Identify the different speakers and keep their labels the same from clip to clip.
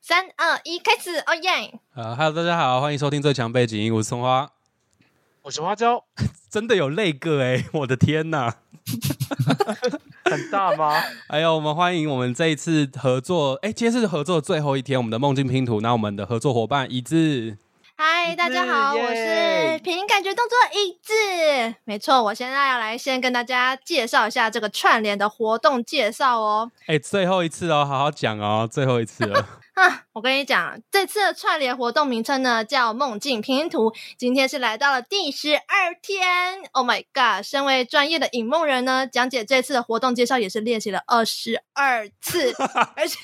Speaker 1: 三二一，开始！哦耶！
Speaker 2: 啊哈喽，大家好，欢迎收听最强背景音，我是葱花。
Speaker 3: 我是花椒，
Speaker 2: 真的有泪个哎、 我的天呐！
Speaker 3: 很大吗？
Speaker 2: 还哎有，我们欢迎我们这一次合作，哎、今天是合作的最后一天，我们的梦境拼图。那我们的合作伙伴一致，
Speaker 1: 嗨，大家好，
Speaker 3: 一致
Speaker 1: 我是
Speaker 3: 耶
Speaker 1: 凭感觉动作一致。没错，我现在要来先跟大家介绍一下这个串联的活动介绍哦。
Speaker 2: 哎、最后一次哦，好好讲哦，最后一次了。
Speaker 1: 啊，我跟你讲，这次的串联活动名称呢叫“梦境拼图”，今天是来到了第十二天。Oh my god！身为专业的影梦人呢，讲解这次的活动介绍也是练习了二十二次，而且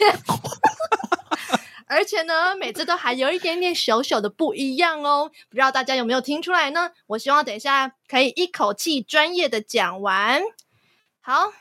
Speaker 1: 而且呢，每次都还有一点点小小的不一样哦。不知道大家有没有听出来呢？我希望等一下可以一口气专业的讲完。好，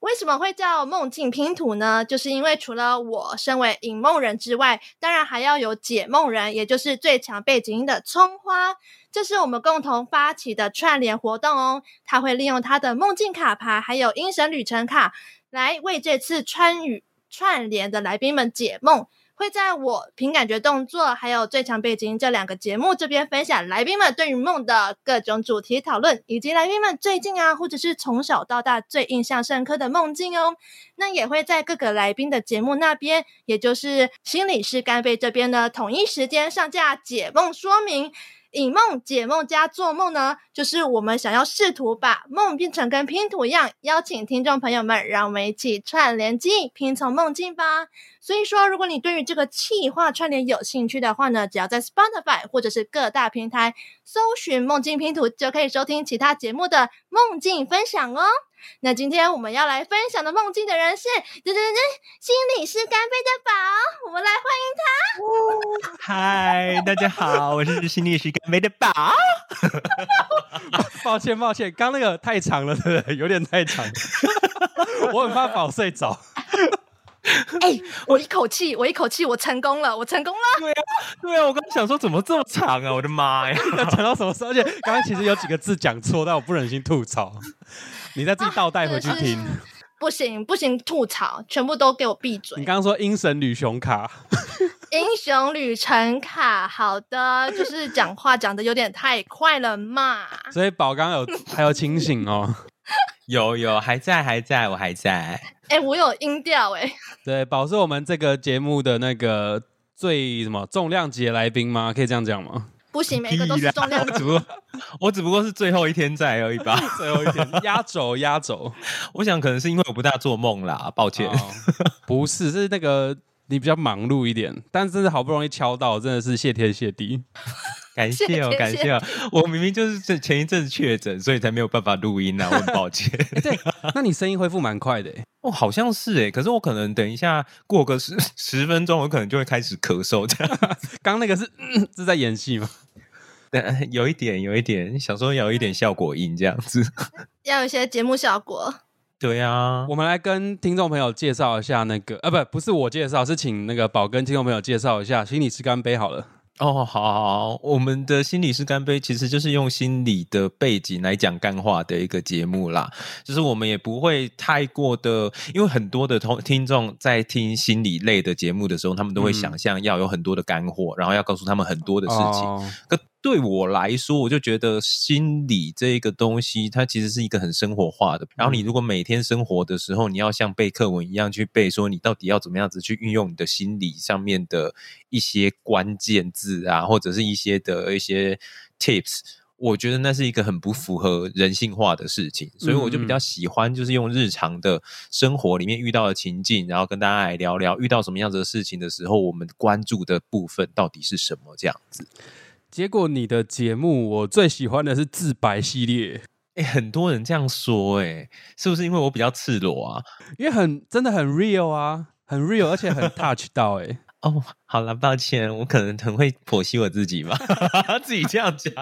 Speaker 1: 为什么会叫梦境拼图呢？就是因为除了我身为引梦人之外，当然还要有解梦人，也就是最强背景音的葱花。这是我们共同发起的串联活动哦。他会利用他的梦境卡牌还有英神旅程卡，来为这次参与串联的来宾们解梦。会在我凭感觉动作还有最强背景音这两个节目这边分享来宾们对于梦的各种主题讨论，以及来宾们最近啊或者是从小到大最印象深刻的梦境哦。那也会在各个来宾的节目那边，也就是心理师干贝这边呢，统一时间上架解梦说明。以梦解梦加做梦呢，就是我们想要试图把梦变成跟拼图一样，邀请听众朋友们，让我们一起串联记忆，拼凑梦境吧。所以说，如果你对于这个气化串联有兴趣的话呢，只要在 Spotify 或者是各大平台搜寻“梦境拼图”，就可以收听其他节目的梦境分享哦。那今天我们要来分享的梦境的人是，对对对，心理师干杯的宝，我们来欢迎他。
Speaker 4: 嗨，大家好，我是心理师干杯的宝。
Speaker 2: 抱歉，抱歉，刚那个太长了，对不对？有点太长， 我很怕宝睡着。
Speaker 1: 哎、我一口气，我一口气，我成功了，我成功了。
Speaker 4: 对啊，我刚想说怎么这么长啊，我的妈呀！
Speaker 2: 要 讲到什么时候？而且刚刚其实有几个字讲错，但我不忍心吐槽。你再自己倒带回去
Speaker 1: 真的是
Speaker 2: 听。
Speaker 1: 不行不行，吐槽全部都给我闭嘴
Speaker 2: 你。刚刚说英神旅熊卡，
Speaker 1: 英雄旅程卡，好的，就是讲话讲的有点太快了嘛。
Speaker 2: 所以宝刚刚有还有清醒哦。
Speaker 4: 有有，还在还在，我还 在。
Speaker 1: 哎、我有音调哎、
Speaker 2: 对，宝是我们这个节目的那个最什么重量级的来宾吗？可以这样讲吗？
Speaker 1: 不行，每个都
Speaker 4: 屁
Speaker 1: 是
Speaker 4: 啦
Speaker 1: 重 量
Speaker 4: 我只不过我只不过是最后一天在而已吧。
Speaker 2: 最后一天压轴，压 轴。
Speaker 4: 我想可能是因为我不大做梦啦，抱歉。
Speaker 2: 哦不是，是那个你比较忙碌一点，但真的好不容易敲到，真的是谢天谢地。
Speaker 4: 感
Speaker 1: 谢
Speaker 4: 谢哦
Speaker 1: 谢，
Speaker 4: 感谢哦。我明明就是这前一阵子确诊，所以才没有办法录音啊，我很抱歉。
Speaker 2: 哎那你声音恢复蛮快的欸，
Speaker 4: 哦，好像是诶，可是我可能等一下过个十 十分钟，我可能就会开始咳嗽这 样。
Speaker 2: 刚那个是是在演戏吗？
Speaker 4: 但有一点，有一点，想说有一点效果音这样子。
Speaker 1: 要有一些节目效果。
Speaker 4: 对啊，
Speaker 2: 我们来跟听众朋友介绍一下那个，啊，不，不是我介绍，是请那个宝跟听众朋友介绍一下心理吃干杯好了。
Speaker 4: 哦，好好，我们的心理师干杯其实就是用心理的背景来讲干话的一个节目啦，就是我们也不会太过的，因为很多的同听众在听心理类的节目的时候，他们都会
Speaker 2: 嗯
Speaker 4: 想象要有很多的干货，然后要告诉他们很多的事情。
Speaker 2: 哦
Speaker 4: 可对我来说，我就觉得心理这个东西，它其实是一个很生活化的。然后你如果每天生活的时候，你要像背课文一样去背，说你到底要怎么样子去运用你的心理上面的一些关键字啊，或者是一些的一些 tips。我觉得那是一个很不符合人性化的事情，所以我就比较喜欢就是用日常的生活里面遇到的情境，然后跟大家来聊聊遇到什么样子的事情的时候，我们关注的部分到底是什么这样子。
Speaker 2: 结果你的节目我最喜欢的是自白系列，
Speaker 4: 哎、很多人这样说、欸，是不是因为我比较赤裸啊？
Speaker 2: 因为很真的很 real 啊，很 real，而 且很 touch 到哎、
Speaker 4: 哦，好了，抱歉，我可能很会剖析我自己吧， 自己这样讲。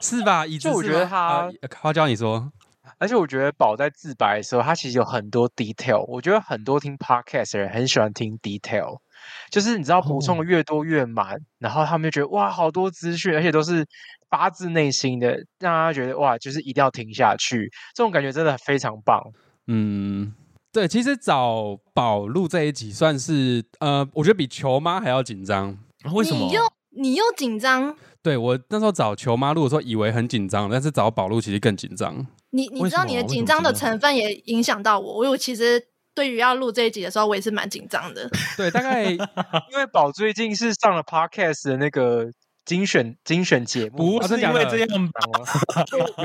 Speaker 2: 是 吧？椅子
Speaker 3: 就我
Speaker 2: 是
Speaker 3: 觉得
Speaker 2: 吗
Speaker 3: 他
Speaker 2: 啊花椒，你说
Speaker 3: 而且我觉得宝在自白的时候，他其实有很多 detail。我觉得很多听 podcast 的人很喜欢听 detail，就是你知道补
Speaker 4: 哦
Speaker 3: 充的越多越满，然后他们就觉得哇，好多资讯，而且都是发自内心的，让大家觉得哇，就是一定要听下去。这种感觉真的非常棒。
Speaker 2: 嗯，对，其实找宝录这一集算是呃，我觉得比球妈还要紧张。
Speaker 4: 为什么
Speaker 1: 你？又你又紧张，
Speaker 2: 对我那时候找球妈录的时候，以为很紧张，但是找宝录其实更紧张。
Speaker 1: 你你
Speaker 4: 为
Speaker 1: 知
Speaker 4: 什
Speaker 1: 道你
Speaker 4: 么
Speaker 1: 的
Speaker 4: 为什
Speaker 1: 紧
Speaker 4: 么
Speaker 1: 张
Speaker 4: 紧
Speaker 1: 的
Speaker 4: 张
Speaker 1: 成分也影响到我，因为我其实对于要录这一集的时候，我也是蛮紧张的。
Speaker 2: 对，大 概
Speaker 3: 因为宝最近是上了 podcast 的那个精选精选节目，
Speaker 4: 不
Speaker 2: 啊
Speaker 4: 是
Speaker 2: 真
Speaker 4: 因
Speaker 2: 假的
Speaker 4: 为这样吧？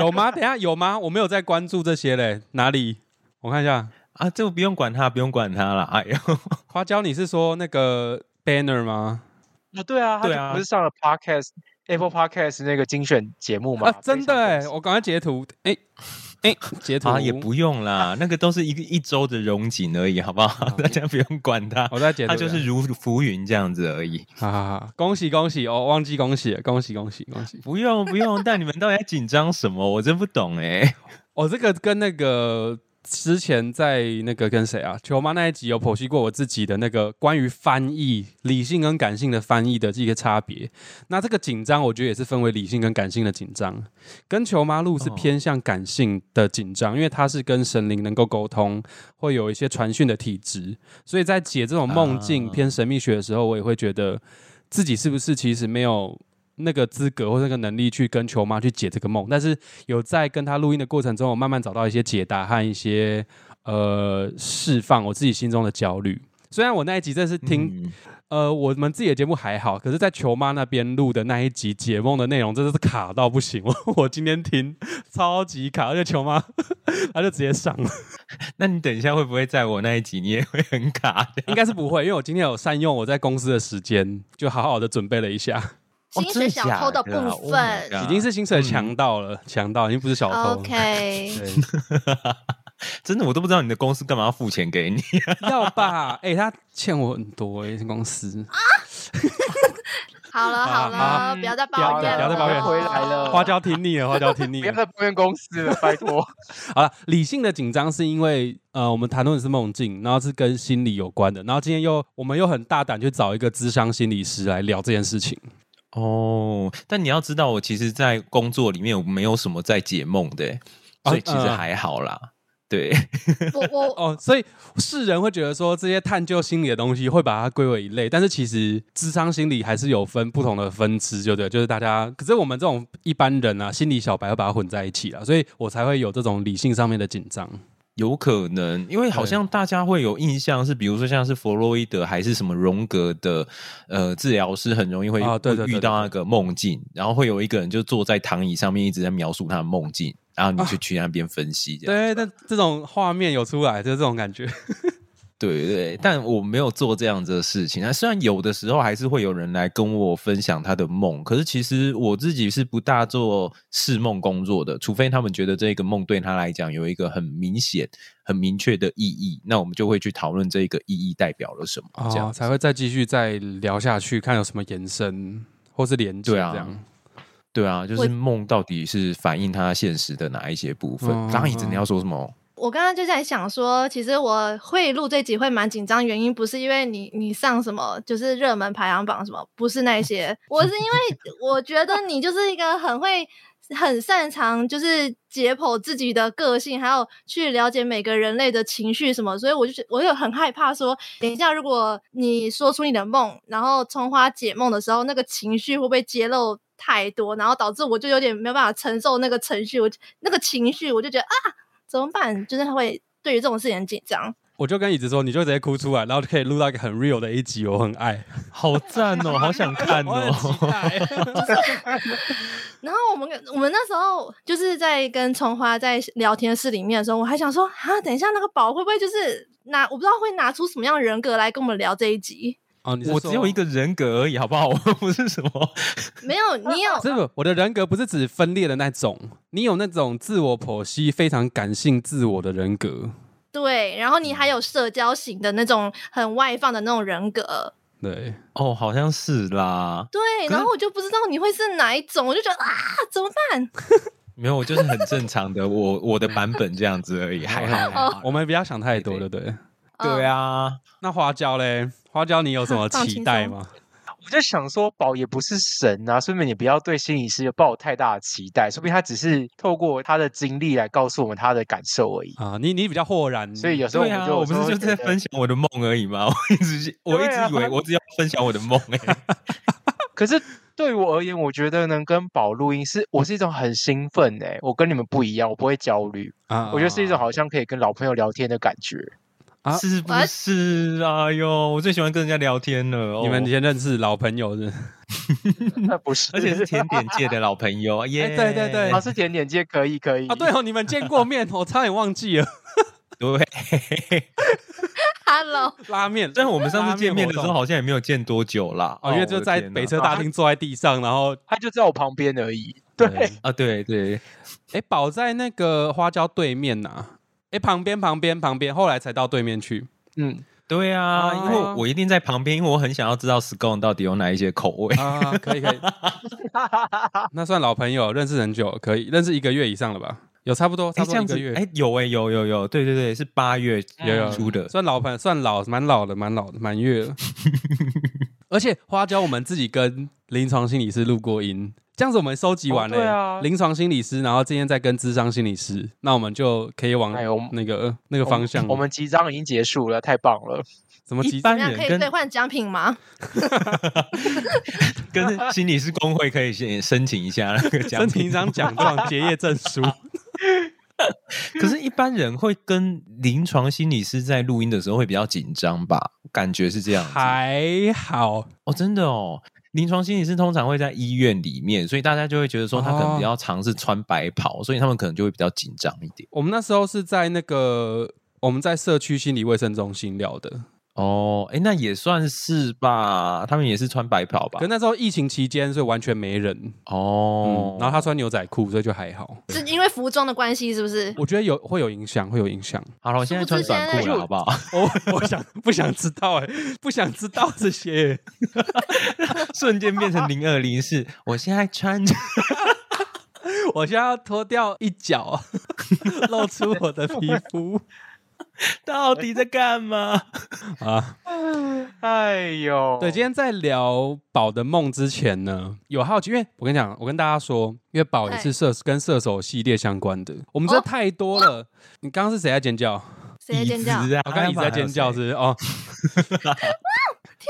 Speaker 2: 有吗？等一下有吗？我没有在关注这些嘞，哪里？我看一下，
Speaker 4: 啊，这个不用管他，不用管他啦。哎呦，
Speaker 2: 花椒，你是说那个 banner 吗？
Speaker 3: 啊对啊，他
Speaker 4: 对
Speaker 3: 就
Speaker 4: 啊
Speaker 3: 不是上了 podcast Apple podcast 那个精选节目嘛？
Speaker 2: 啊，真的
Speaker 3: 非
Speaker 4: 欸
Speaker 2: 哎，
Speaker 3: 常
Speaker 2: 我赶快截图，哎哎，截图
Speaker 4: 啊也不 用啦，那个都是一个一周的荣景而已，好不
Speaker 2: 啊
Speaker 4: 好？ 大家不用管他，
Speaker 2: 我在截图
Speaker 4: 他
Speaker 2: 的，
Speaker 4: 就是如浮云这样子而已。
Speaker 2: 好好好，恭喜恭喜，哦，忘记恭喜了，恭喜恭喜恭喜！
Speaker 4: 不用不用，但你们到底在紧张什么？我真不懂 哎。
Speaker 2: 哦，这个跟那个之前在那个跟谁啊，球妈那一集有剖析过我自己的那个关于翻译理性跟感性的翻译的这个差别。那这个紧张，我觉得也是分为理性跟感性的紧张，跟球妈录是
Speaker 4: 哦
Speaker 2: 偏向感性的紧张，因为它是跟神灵能够沟通，会有一些传讯的体质，所以在解这种梦境
Speaker 4: 啊
Speaker 2: 偏神秘学的时候，我也会觉得自己是不是其实没有。那个资格或那个能力去跟球妈去解这个梦，但是有在跟他录音的过程中，我慢慢找到一些解答和一些呃释放我自己心中的焦虑。虽然我那一集真的是听、
Speaker 4: 嗯
Speaker 2: 呃我们自己的节目还好，可是，在球妈那边录的那一集解梦的内容真的是卡到不行。我 我今天听超级卡，而且球妈 她就直接上了，
Speaker 4: 那你等一下会不会在我那一集你也会很卡的？
Speaker 2: 应该是不会，因为我今天有善用我在公司的时间，就好好的准备了一下，
Speaker 4: 哦
Speaker 1: 薪
Speaker 4: 真
Speaker 1: 水
Speaker 4: 的
Speaker 1: 小
Speaker 4: 假
Speaker 1: 偷的
Speaker 4: 的啊
Speaker 1: 部
Speaker 4: ？Oh
Speaker 1: 分
Speaker 4: my god
Speaker 2: 已经是薪水强到了，嗯强到已经不是小偷。
Speaker 1: ，OK，
Speaker 2: 对。
Speaker 4: 真的我都不知道你的公司干嘛要付钱给你。
Speaker 2: 要吧？哎、他欠我很多哎、欸，公司。
Speaker 1: 好了好
Speaker 2: 啊
Speaker 1: 了，不要再
Speaker 2: 不要
Speaker 1: 抱
Speaker 2: 再
Speaker 1: 怨
Speaker 2: 不要再
Speaker 1: 了，
Speaker 2: 抱怨
Speaker 3: 回来了
Speaker 2: 花椒挺你了，花椒挺你
Speaker 3: 哦不要
Speaker 2: 了。
Speaker 3: 再抱怨公司了，拜 托。
Speaker 2: 好了，理性的紧张是因为呃，我们谈论的是梦境，然后是跟心理有关的，然后今天又我们又很大胆去找一个智商心理师来聊这件事情。
Speaker 4: 哦，但你要知道，我其实，在工作里面我没有什么在解梦的欸，
Speaker 2: 啊
Speaker 4: 所以其实
Speaker 2: 嗯
Speaker 4: 还好啦。对，
Speaker 1: 我我
Speaker 2: 哦，所以世人会觉得说这些探究心理的东西会把它归为一类，但是其实智商心理还是有分不同的分支，就对，就是大家，可是我们这种一般人啊，心理小白会把它混在一起了，所以我才会有这种理性上面的紧张。
Speaker 4: 有可能，因为好
Speaker 2: 对
Speaker 4: 像大家会有印象是，比如说像是弗洛伊德还是什么荣格的呃治疗师，很容易会
Speaker 2: 啊对对
Speaker 4: 会
Speaker 2: 对
Speaker 4: 遇到那个梦境，然后会有一个人就坐在躺椅上面一直在描述他的梦境，然后你就去那边分析这样。
Speaker 2: 对，但这种画面有出来，就是这种感觉。
Speaker 4: 对对，但我没有做这样子的事情。那虽然有的时候还是会有人来跟我分享他的梦，可是其实我自己是不大做试梦工作的，除非他们觉得这个梦对他来讲有一个很明显、很明确的意义，那我们就会去讨论这个意义代表了什么，这样
Speaker 2: 哦，
Speaker 4: 子
Speaker 2: 才会再继续再聊下去，看有什么延伸或是连接这
Speaker 4: 对啊
Speaker 2: 样。
Speaker 4: 对啊，就
Speaker 1: 我
Speaker 4: 是梦到底是反映他现实的哪一些部分
Speaker 2: 嗯？
Speaker 4: 刚刚你真的要说 什么？
Speaker 1: 我刚刚就在想说，其实我会录这集会蛮紧张，原因不是因为你你上什么就是热门排行榜什么，不是那些，我是因为我觉得你就是一个很会、很擅长就是解剖自己的个性，还有去了解每个人类的情绪什么，所以我就觉我有很害怕说，等一下如果你说出你的梦，然后葱花解梦的时候，那个情绪会不会揭露？太多，然后导致我就有点没有办法承受那个程序，我就那个情绪，我就觉得啊，怎么办？就是会对于这种事情很紧张。
Speaker 2: 我就跟椅子说，你就直接哭出来，然后就可以录到一个很 real 的一集，我很爱，
Speaker 4: 好赞哦，好想看
Speaker 2: 我很期
Speaker 4: 哦！
Speaker 2: 待。
Speaker 1: 然后我们我们那时候就是在跟葱花在聊天室里面的时候，我还想说啊，等一下那个宝会不会就是拿我不知道会拿出什么样的人格来跟我们聊这一集？
Speaker 2: 哦，你是
Speaker 4: 我
Speaker 2: 说
Speaker 4: 只有一，个人格而已，好不 好？我不是什么。
Speaker 1: 没有，你 有
Speaker 2: 这个我的人格不是指分裂的那种，你有那种自我剖析、非常感性自我的人格，
Speaker 1: 对，然后你
Speaker 4: 嗯
Speaker 1: 还有社交型的那种很外放的那种人格，
Speaker 2: 对，
Speaker 4: 哦，好像是啦，
Speaker 1: 对，
Speaker 4: 可是
Speaker 1: 然后我就不知道你会是哪一种，我就觉得啊，怎么办？
Speaker 4: 没有，我就是很正常的，我我的版本这样子而已，还好。还好
Speaker 2: 我们不要想太多，
Speaker 4: 对
Speaker 2: 对不对？哦
Speaker 4: 对
Speaker 1: 啊，
Speaker 4: 啊，
Speaker 2: 那花椒嘞，花椒你有什么
Speaker 1: 放轻
Speaker 2: 期待吗？
Speaker 3: 我就想说，宝也不是神啊，所以你不要对心理师抱太大的期待，说不定他只是透过他的经历来告诉我们他的感受而已。
Speaker 2: 啊，你你比较豁然，
Speaker 3: 所以有时候
Speaker 4: 嗯对
Speaker 3: 我们就
Speaker 4: 啊，我
Speaker 3: 有时
Speaker 4: 不
Speaker 3: 候
Speaker 4: 是
Speaker 3: 会
Speaker 4: 就
Speaker 3: 觉
Speaker 2: 呃
Speaker 4: 在
Speaker 3: 得
Speaker 4: 分享我的梦而已吗？ 我一直我一
Speaker 3: 对啊
Speaker 4: 直以为
Speaker 3: 他
Speaker 4: 我只要分享我的梦哎，
Speaker 3: 可是对我而言，我觉得能跟宝录音是我是一种很兴奋哎、我跟你们不一样，我不会焦虑，
Speaker 2: 啊，
Speaker 3: 我觉得是一种好像可以跟老朋友聊天的感觉。
Speaker 2: 啊
Speaker 4: 是不是？哎呦，我最喜欢跟人家聊天了。
Speaker 2: 啊你们以
Speaker 4: 哦
Speaker 2: 前认识老朋友是不是？
Speaker 3: 那不是，
Speaker 4: 嗯而且是甜点界的老 朋友，耶！
Speaker 2: 哎对对对
Speaker 3: 啊，是甜点界可以可以
Speaker 2: 啊，对哦，你们见过 面，我差点忘记了
Speaker 4: 对。
Speaker 1: Hello，
Speaker 2: 拉面。
Speaker 4: 但我们上次见面的时候，
Speaker 2: 拉面活动，
Speaker 4: 好像也没有见多久啦。
Speaker 2: 哦，因为
Speaker 4: 我
Speaker 2: 就
Speaker 4: 的
Speaker 2: 在
Speaker 4: 天哪
Speaker 2: 北车大厅坐在地上，然后
Speaker 3: 他就在我旁边而已。对，
Speaker 4: 啊，对对，
Speaker 2: 哎，宝在那个花椒对面呐，哎，旁边旁边旁边，后来才到对面去。
Speaker 3: 嗯，
Speaker 4: 对啊，
Speaker 2: 哦
Speaker 4: 因为我一定在旁边，因为我很想要知道 scone 到底有哪一些口味。
Speaker 2: 啊，可以可以，那算老朋友，认识很久，可以认识一个月以上了吧？有差不多，差
Speaker 4: 哎，
Speaker 2: 不
Speaker 4: 这
Speaker 2: 多
Speaker 4: 样
Speaker 2: 一个
Speaker 4: 子
Speaker 2: 月，，
Speaker 4: 哎，有哎，有有有，对对对，是八月
Speaker 2: 有有
Speaker 4: 出的，
Speaker 2: 算老朋算老，蛮老的，蛮老的，满月了。而且花椒，我们自己跟临床心理师录过音，这样子我们收集完了、
Speaker 3: 哦对啊
Speaker 2: 临床心理师，然后今天再跟智商心理师，那我们就可以往
Speaker 3: 哎呦我们
Speaker 2: 那个呃那个方向。
Speaker 3: 我们集章已经结束了，太棒了！
Speaker 2: 怎么
Speaker 4: 一
Speaker 2: 集？
Speaker 4: 般
Speaker 1: 那可
Speaker 4: 人
Speaker 1: 以
Speaker 4: 跟
Speaker 1: 兑换奖品吗？
Speaker 4: 跟 心理师工会可以先申请一下那个奖
Speaker 2: 申请
Speaker 4: 品
Speaker 2: 一。张奖状、结业证 书。
Speaker 4: 可是，一般人会跟临床心理师在录音的时候会比较紧张吧？感觉是这样子。
Speaker 2: 还好，
Speaker 4: 哦，真的哦。临床心理师通常会在医院里面，所以大家就会觉得说他可能比较尝试穿白袍，所以他们可能就会比较紧张一点。
Speaker 2: 我们那时候是在那个我们在社区心理卫生中心聊的，
Speaker 4: 哦，哎，那也算是吧，他们也是穿白袍吧
Speaker 2: 可？那时候疫情期间，所以完全没人。
Speaker 4: 哦
Speaker 2: 嗯，，然后他穿牛仔裤，所以就还好。
Speaker 1: 是因为服装的关系，是不 是？
Speaker 2: 我觉得有会有影响，会有影响。
Speaker 4: 好了，我现在穿短
Speaker 1: 殊不
Speaker 4: 裤
Speaker 1: 知
Speaker 4: 了，好不好？
Speaker 2: 我 我想不想知道哎、 不想知道这些。
Speaker 4: 瞬间变成零二零 四，我现在穿着
Speaker 2: 我现在要脱掉一角， 露出我的皮 肤
Speaker 4: 到底在干嘛？
Speaker 2: 啊！
Speaker 3: 哎呦，
Speaker 2: 对，今天在聊宝的梦之前呢，有好奇，因为我跟你讲，我跟大家说，因为宝也是射跟射手系列相关的，我们这
Speaker 1: 哦
Speaker 2: 太多了。你刚刚是谁在尖叫？
Speaker 1: 谁在
Speaker 4: 椅
Speaker 1: 尖
Speaker 4: 子
Speaker 1: 叫？
Speaker 4: 啊，
Speaker 2: 我哦刚刚一直在尖叫，是不是？哦，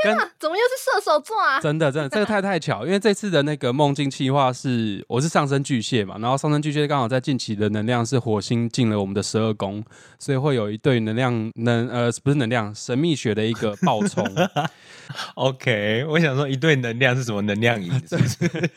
Speaker 1: 天啊，怎么又是射手座啊？
Speaker 2: 真的，真的，这个太太巧，因为这次的那个梦境计划是我是上升巨蟹嘛，然后上升巨蟹刚好在近期的能量是火星进了我们的十二宫，所以会有一对能量能呃不是能量神秘学的一个爆冲，
Speaker 4: OK，我想说一对能量是什么能量饮？ 是不是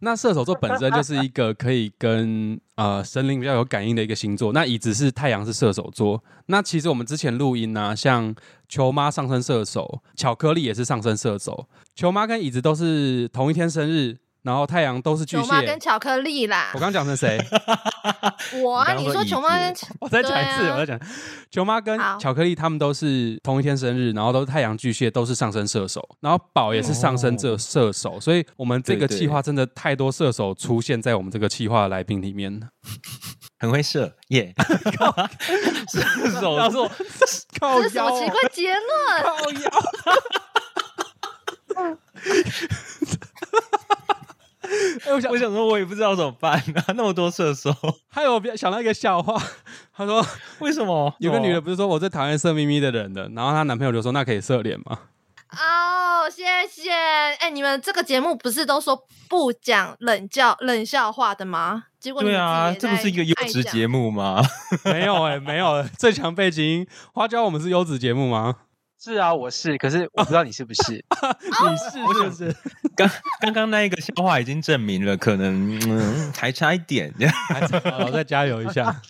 Speaker 2: 那射手座本身就是一个可以跟呃神灵比较有感应的一个星座。那椅子是太阳是射手座。那其实我们之前录音啊，像球妈上升射手，巧克力也是上升射手。球妈跟椅子都是同一天生日，然后太阳都是巨
Speaker 1: 球妈跟
Speaker 2: 蟹。
Speaker 1: 巧克力啦
Speaker 2: 我，刚讲 成谁？
Speaker 1: 我啊，
Speaker 4: 你
Speaker 1: 你
Speaker 4: 刚
Speaker 1: 说
Speaker 4: 刚说椅
Speaker 1: 球妈跟
Speaker 2: 我再讲一次，
Speaker 1: 对啊
Speaker 2: 我再讲。球妈跟
Speaker 1: 好
Speaker 2: 巧克力他们都是同一天生日，然后都是太阳巨蟹，都是上升射手。然后宝也是上升这射手，所以我们这个
Speaker 4: 哦对对
Speaker 2: 计划真的太多射手出现在我们这个计划的来宾里面。
Speaker 4: 很会射耶！ 射手座，
Speaker 2: 靠
Speaker 1: 这是什么奇怪结论？
Speaker 2: 靠腰。哎，我想
Speaker 4: 我，想说，我也不知道怎么办啊，那么多射手，
Speaker 2: 还有别想到一个笑话，她说
Speaker 4: 为什么哦
Speaker 2: 有个女的不是说我最讨厌色眯眯的人的，然后她男朋友就说那可以色脸吗？
Speaker 1: 哦，谢谢。哎，你们这个节目不是都说不讲冷笑冷笑话的吗？结果你
Speaker 4: 对啊，
Speaker 1: 们自
Speaker 4: 这
Speaker 1: 己
Speaker 4: 不
Speaker 1: 也
Speaker 4: 是一个优
Speaker 1: 在
Speaker 4: 质
Speaker 1: 爱讲
Speaker 4: 节目吗？
Speaker 2: 没有哎、没有最强背景音花椒，我们是优质节目吗？
Speaker 3: 是啊，我是，可是
Speaker 2: 哦
Speaker 3: 我不知道你是不 是。
Speaker 1: 哦
Speaker 2: 你是是不是？
Speaker 4: 刚刚刚那一个笑话已经证明了，可能、嗯、还差一点。
Speaker 2: 还是好我再加油一下。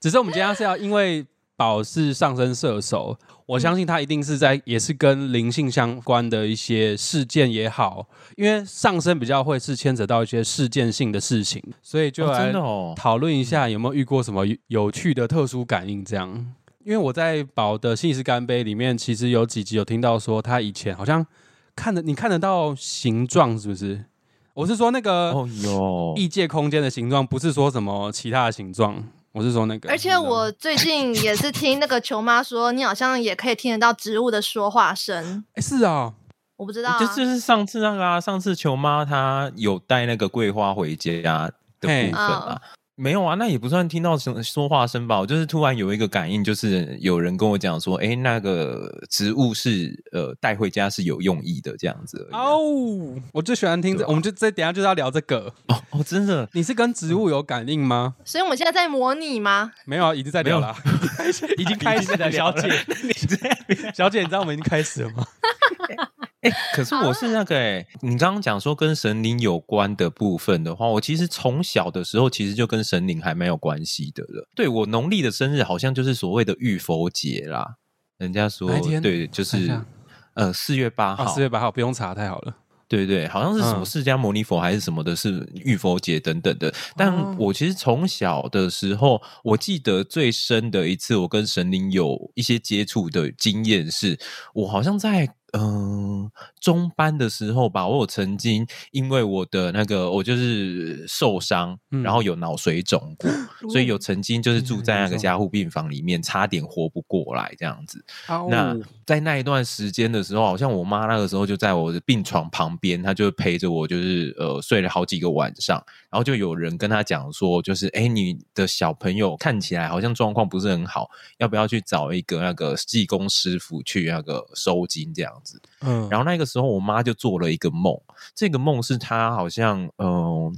Speaker 2: 只是我们今天是要因为宝是上升射手，我相信他一定是
Speaker 4: 嗯
Speaker 2: 在也是跟灵性相关的一些事件也好，因为上升比较会是牵扯到一些事件性的事情，所以就
Speaker 4: 哦
Speaker 2: 来
Speaker 4: 真的哦
Speaker 2: 讨论一下有没有遇过什么有趣的特殊感应这样。因为我在宝的《信使干杯》里面，其实有几集有听到说他以前好像看得你看得到形状，是不是？我是说那个
Speaker 4: 哦哟，
Speaker 2: 异界空间的形状，不是说什么其他的形状，我是说那个。
Speaker 1: 而且我
Speaker 4: 啊
Speaker 1: 最近也是听那个球妈说，你好像也可以听得到植物的说话声。
Speaker 2: 诶是啊、
Speaker 1: 我不知道、啊，
Speaker 4: 就就是上次那个啊，上次球妈她有带那个桂花回家的部
Speaker 2: 嘿
Speaker 4: 分啊。没有啊，那也不算听到什说话声吧。我就是突然有一个感应，就是有人跟我讲说，哎，那个植物是呃带回家是有用意的这样子而已啊、
Speaker 2: 哦，我最喜欢听
Speaker 4: 对
Speaker 2: 这，
Speaker 4: 啊
Speaker 2: 我们就这等一下就是要聊这个。
Speaker 4: 哦哦，真的，
Speaker 2: 你是跟植物有感应吗？
Speaker 1: 所以我们现在在模拟吗？
Speaker 2: 没有啊，已经在聊了啊， 已经开始了，小姐，
Speaker 4: 你这样
Speaker 2: 小姐，你知道我们已经开始了吗？
Speaker 4: 哎、可是我
Speaker 2: 啊
Speaker 4: 是那个哎、你刚刚讲说跟神灵有关的部分的话，我其实从小的时候其实就跟神灵还蛮有关系的了。对我农历的生日好像就是所谓的浴佛节啦，人家说
Speaker 2: 哪一天
Speaker 4: 对，就
Speaker 2: 看一
Speaker 4: 是
Speaker 2: 下
Speaker 4: 呃四月八
Speaker 2: 啊，
Speaker 4: 号，
Speaker 2: 四月八号不用查，太好了。
Speaker 4: 对对，好像是什么
Speaker 2: 嗯
Speaker 4: 释迦牟尼佛还是什么的，是浴佛节等等的。
Speaker 2: 哦
Speaker 4: 但我其实从小的时候，我记得最深的一次，我跟神灵有一些接触的经验是，我好像在嗯、呃中班的时候吧，我有曾经因为我的那个我就是受伤，
Speaker 2: 嗯哦
Speaker 4: 然后有脑水 肿过，所以有曾经就是住在那个加护病房里面，差点活不过来这样子。那在那一段时间的时候，好像我妈那个时候就在我的病床旁边，她就陪着我，就是呃睡了好几个晚上。然后就有人跟她讲说，就是哎，诶你的小朋友看起来好像状况不是很好，要不要去找一个那个技工师傅去那个收金这样子？
Speaker 2: 嗯
Speaker 4: 然后那个时候我妈就做了一个梦，这个梦是她好像嗯。呃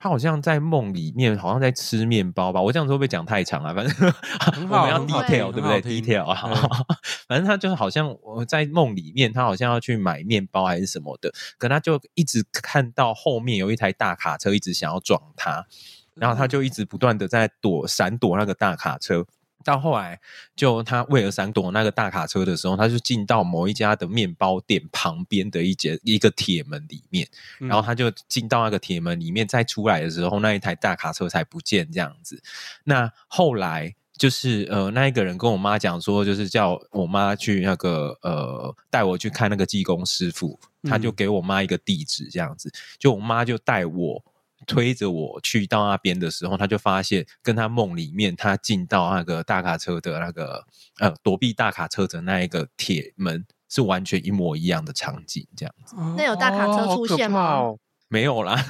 Speaker 4: 她好像在梦里面，好像在吃面包吧。我这样子会不会讲太长啊？反正 我
Speaker 2: 好
Speaker 4: 们要
Speaker 1: 很好
Speaker 2: 听嗯
Speaker 4: detail 对不
Speaker 2: 很好
Speaker 4: 对
Speaker 2: 听
Speaker 4: ？detail 啊， 反正她就好像我在梦里面，她好像要去买面包还是什么的，可她就一直看到后面有一台大卡车一直想要撞她，然后她就一直不断的在躲闪躲那个大卡车。到后来，就他为了闪躲那个大卡车的时候，他就进到某一家的面包店旁边的一节一个铁门里面，
Speaker 2: 嗯
Speaker 4: 然后他就进到那个铁门里面，再出来的时候，那一台大卡车才不见这样子。那后来就是呃，那一个人跟我妈讲说，就是叫我妈去那个呃，带我去看那个技工师傅，他就
Speaker 2: 嗯
Speaker 4: 给我妈一个地址这样子，就我妈就带我。推着我去到那边的时候，他就发现跟他梦里面，他进到那个大卡车的那个呃躲避大卡车的那一个铁门是完全一模一样的场景，这样
Speaker 1: 那有大卡车
Speaker 3: 哦好
Speaker 1: 出
Speaker 3: 可
Speaker 1: 现
Speaker 3: 怕
Speaker 1: 吗
Speaker 3: 哦
Speaker 4: 没有啦，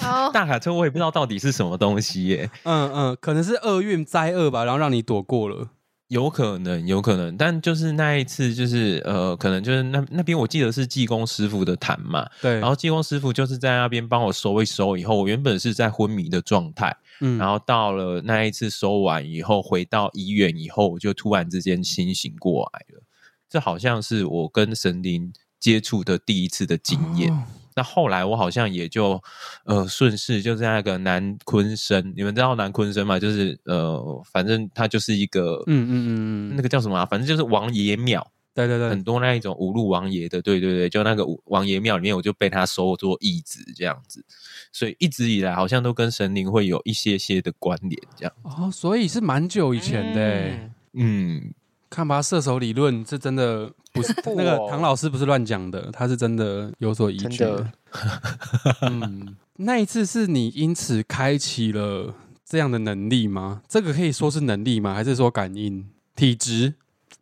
Speaker 1: 哦，
Speaker 4: 大卡车我也不知道到底是什么东西耶，
Speaker 2: 嗯嗯，可能是厄运灾厄吧，然后让你躲过了。
Speaker 4: 有可能，有可能，但就是那一次，就是呃，可能就是那那边我记得是技工师傅的坛嘛，
Speaker 2: 对，
Speaker 4: 然后技工师傅就是在那边帮我收一收，以后我原本是在昏迷的状态，
Speaker 2: 嗯
Speaker 4: 然后到了那一次收完以后，回到医院以后，我就突然之间清醒过来了，这好像是我跟神灵接触的第一次的经验。
Speaker 2: 哦
Speaker 4: 那后来我好像也就呃顺势就是那个南昆生，你们知道南昆生吗？就是呃，反正他就是一个
Speaker 2: 嗯嗯嗯嗯，
Speaker 4: 那个叫什么、啊，反正就是王爷庙，
Speaker 2: 对对对
Speaker 4: 很，多那一种五路王爷的，对对对，就那个五王爷庙里面，我就被他收做义子这样子，所以一直以来好像都跟神灵会有一些些的关联，这样，
Speaker 2: 哦，所以是蛮久以前的欸。
Speaker 4: 嗯，
Speaker 2: 看吧，射手理论这真的 不是
Speaker 3: 怖
Speaker 2: 那个
Speaker 3: 哦
Speaker 2: 唐老师不是乱讲的，他是真的有所依据
Speaker 3: 真的。
Speaker 2: 嗯，那一次是你因此开启了这样的能力吗？这个可以说是能力吗？还是说感应体质？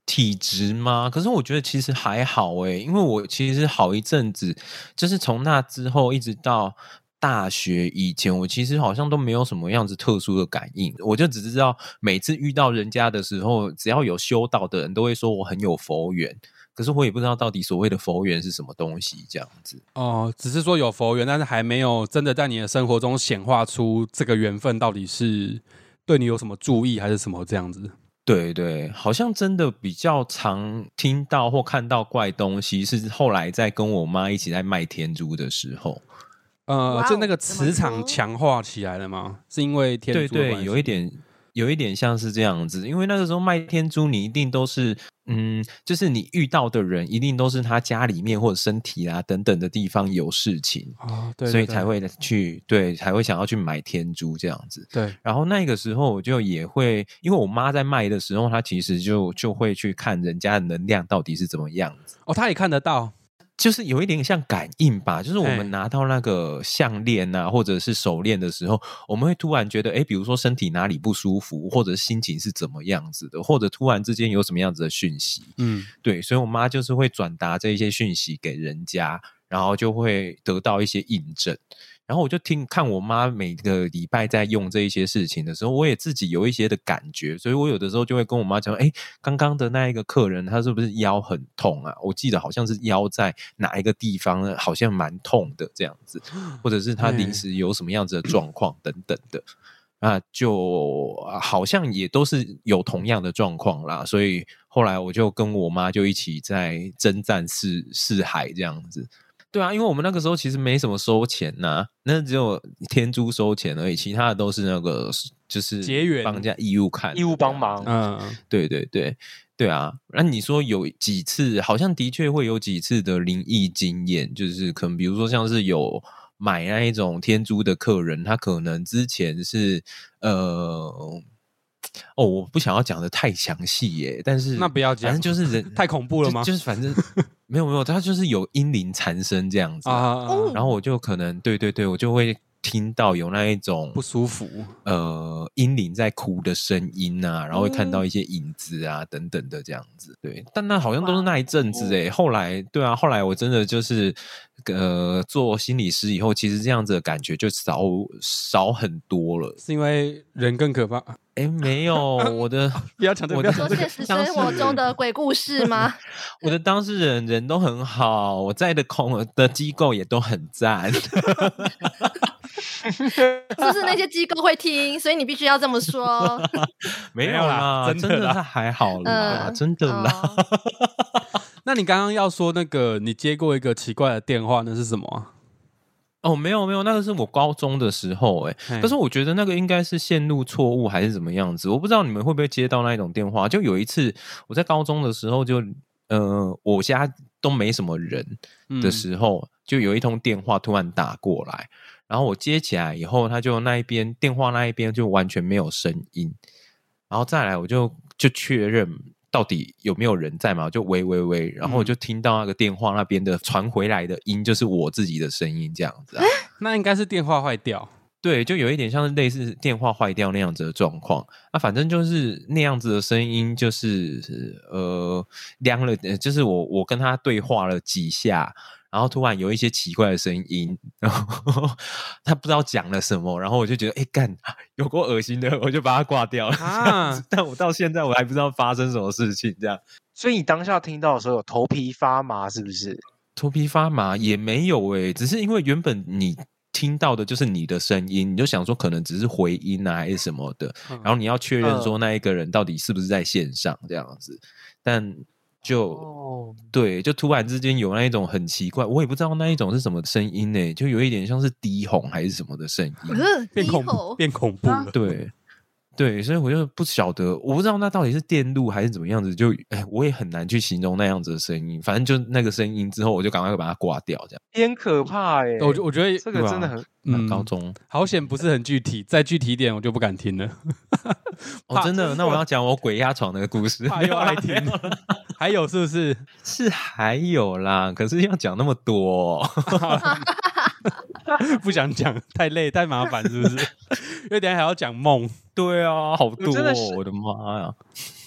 Speaker 4: 体质吗？可是我觉得其实还好诶、因为我其实好一阵子，就是从那之后一直到大学以前，我其实好像都没有什么样子特殊的感应，我就只知道每次遇到人家的时候，只要有修道的人都会说我很有佛缘，可是我也不知道到底所谓的佛缘是什么东西，这样子。
Speaker 2: 哦，只是说有佛缘，但是还没有真的在你的生活中显化出这个缘分到底是对你有什么注意还是什么这样子。
Speaker 4: 对对，好像真的比较常听到或看到怪东西，是后来在跟我妈一起在卖天珠的时候。
Speaker 2: 呃
Speaker 1: 哇，
Speaker 2: 就
Speaker 1: 哦
Speaker 2: 那个
Speaker 1: 怎么说
Speaker 2: 磁场强化起来了吗？是因为天
Speaker 4: 对
Speaker 2: 珠的关
Speaker 4: 对，
Speaker 2: 系
Speaker 4: 有一点有一点像是这样子，因为那个时候卖天珠，你一定都是嗯，就是你遇到的人一定都是他家里面或者身体啊等等的地方有事情，
Speaker 2: 哦，对，
Speaker 4: 所以
Speaker 2: 对
Speaker 4: 才会去对才会想要去买天珠这样子。
Speaker 2: 对
Speaker 4: 然后那个时候我就也会，因为我妈在卖的时候，她其实就就会去看人家的能量到底是怎么样子。
Speaker 2: 哦，他也看得到
Speaker 4: 就是有一点像感应吧，就是我
Speaker 2: 嘿
Speaker 4: 们拿到那个项链啊，或者是手链的时候，我们会突然觉得，哎，比如说身体哪里不舒服，或者心情是怎么样子的，或者突然之间有什么样子的讯息，
Speaker 2: 嗯，
Speaker 4: 对，所以我妈就是会转达这一些讯息给人家，然后就会得到一些印证。然后我就听看我妈每个礼拜在用这一些事情的时候，我也自己有一些的感觉，所以我有的时候就会跟我妈讲，哎，刚刚的那一个客人他是不是腰很痛啊？我记得好像是腰在哪一个地方呢，好像蛮痛的这样子，或者是他临
Speaker 2: 哎
Speaker 4: 时有什么样子的状况等等的。啊，就啊好像也都是有同样的状况啦，所以后来我就跟我妈就一起在征战四四海这样子。对啊，因为我们那个时候其实没什么收钱呐、那只有天珠收钱而已，其他的都是那个就是
Speaker 2: 结缘
Speaker 4: 帮人家义务看的
Speaker 3: 义务帮
Speaker 4: 这样子
Speaker 3: 忙
Speaker 2: 嗯，
Speaker 4: 对对对对啊，那你说有几次，好像的确会有几次的灵异经验，就是可能比如说像是有买那一种天珠的客人，他可能之前是呃，哦，我不想要讲的太详细耶，但是
Speaker 2: 那不要讲
Speaker 4: 反正就是 人
Speaker 2: 太恐怖了
Speaker 4: 就
Speaker 2: 吗？
Speaker 4: 就是反正 没有没有，他就是有阴灵缠身这样子
Speaker 2: 啊
Speaker 4: 啊、
Speaker 2: 啊，啊
Speaker 1: 哦
Speaker 2: 啊
Speaker 4: 然后我就可能对对对，我就会听到有那一种
Speaker 2: 不舒服，
Speaker 4: 呃阴灵在哭的声音啊，然后会看到
Speaker 2: 嗯
Speaker 4: 一些影子啊、等等的这样子。对，但那好像都是那一阵子
Speaker 2: 哦
Speaker 4: 诶、后来对啊，后来我真的就是呃做心理师以后，其实这样子的感觉就少少很多了。
Speaker 2: 是因为人更可怕。
Speaker 4: 诶，没有我 的。
Speaker 2: 不要讲这个，
Speaker 4: 我
Speaker 2: 不要讲
Speaker 4: 的
Speaker 1: 说
Speaker 2: 这个。
Speaker 1: 现实生活中的鬼故事吗？
Speaker 4: 我的当事人人都很好，我在的空的机构也都很 赞。
Speaker 1: 是不是那些机构会听？所以你必须要这么说。
Speaker 4: 没有
Speaker 2: 没有啦
Speaker 4: 啦，
Speaker 2: 真的
Speaker 4: 的
Speaker 2: 啦
Speaker 4: 是还好啦，
Speaker 1: 嗯
Speaker 4: 真的啦。
Speaker 1: 哦
Speaker 2: 那你刚刚要说那个，你接过一个奇怪的电话，那是什么啊？
Speaker 4: 哦，没有没有，那个是我高中的时候哎、欸
Speaker 2: 嘿
Speaker 4: 可是我觉得那个应该是线路错误还是怎么样子，我不知道你们会不会接到那一种电话。就有一次我在高中的时候就，呃，我家都没什么人的
Speaker 2: 嗯
Speaker 4: 时候，就有一通电话突然打过来，然后我接起来以后，他就那一边电话那一边就完全没有声音，然后再来我就就确认。到底有没有人在嘛？我就喂喂喂，然
Speaker 2: 嗯
Speaker 4: 后我就听到那个电话那边的传回来的音，就是我自己的声音这样子啊。
Speaker 2: 那应该是电话坏掉。
Speaker 4: 对，就有一点像是类似电话坏掉那样子的状况。啊，反正就是那样子的声音，就是呃量了，呃就是我我跟他对话了几下，然后突然有一些奇怪的声音，然后他不知道讲了什么，然后我就觉得哎干有够恶心的，我就把它挂掉了。
Speaker 2: 啊
Speaker 4: 啊、但我到现在我还不知道发生什么事情，这样
Speaker 3: 所以你当下听到的时候有头皮发麻，是不是？
Speaker 4: 头皮发麻也没有诶、只是因为原本你。听到的就是你的声音，你就想说可能只是回音啊还是什么的，
Speaker 2: 然
Speaker 4: 然后你要确认说那一个人到底是不是在线上这样子，但就、
Speaker 3: 哦，
Speaker 4: 对，就突然之间有那一种很奇怪，我也不知道那一种是什么声音呢、就有一点像是低吼还是什么的声音，
Speaker 1: 呃
Speaker 2: 变
Speaker 1: 低
Speaker 2: 恐怖，
Speaker 1: 吼
Speaker 2: 变恐怖了。
Speaker 4: 对。对，所以我就不晓得，我不知道那到底是电路还是怎么样子，就哎，我也很难去形容那样子的声音。反正就那个声音之后，我就赶快把它挂掉，这样。
Speaker 3: 很可怕哎、
Speaker 2: 哦我我觉得
Speaker 3: 这个真的很
Speaker 4: 那
Speaker 2: 嗯
Speaker 4: 高中
Speaker 2: 好险不是很具体，再具体一点我就不敢听了，
Speaker 4: 哦
Speaker 2: 怕，
Speaker 4: 真的，那我要讲我鬼压床的故事，
Speaker 2: 怕又爱听
Speaker 4: 没有啦。
Speaker 2: 还有是不是？
Speaker 4: 是还有啦，可是要讲那么 多、
Speaker 2: 不想讲，太累太麻烦，是不是？因为等一下还要讲梦。
Speaker 4: 对啊，好多、
Speaker 3: 真的
Speaker 4: 哦
Speaker 3: 是，
Speaker 4: 我的妈呀！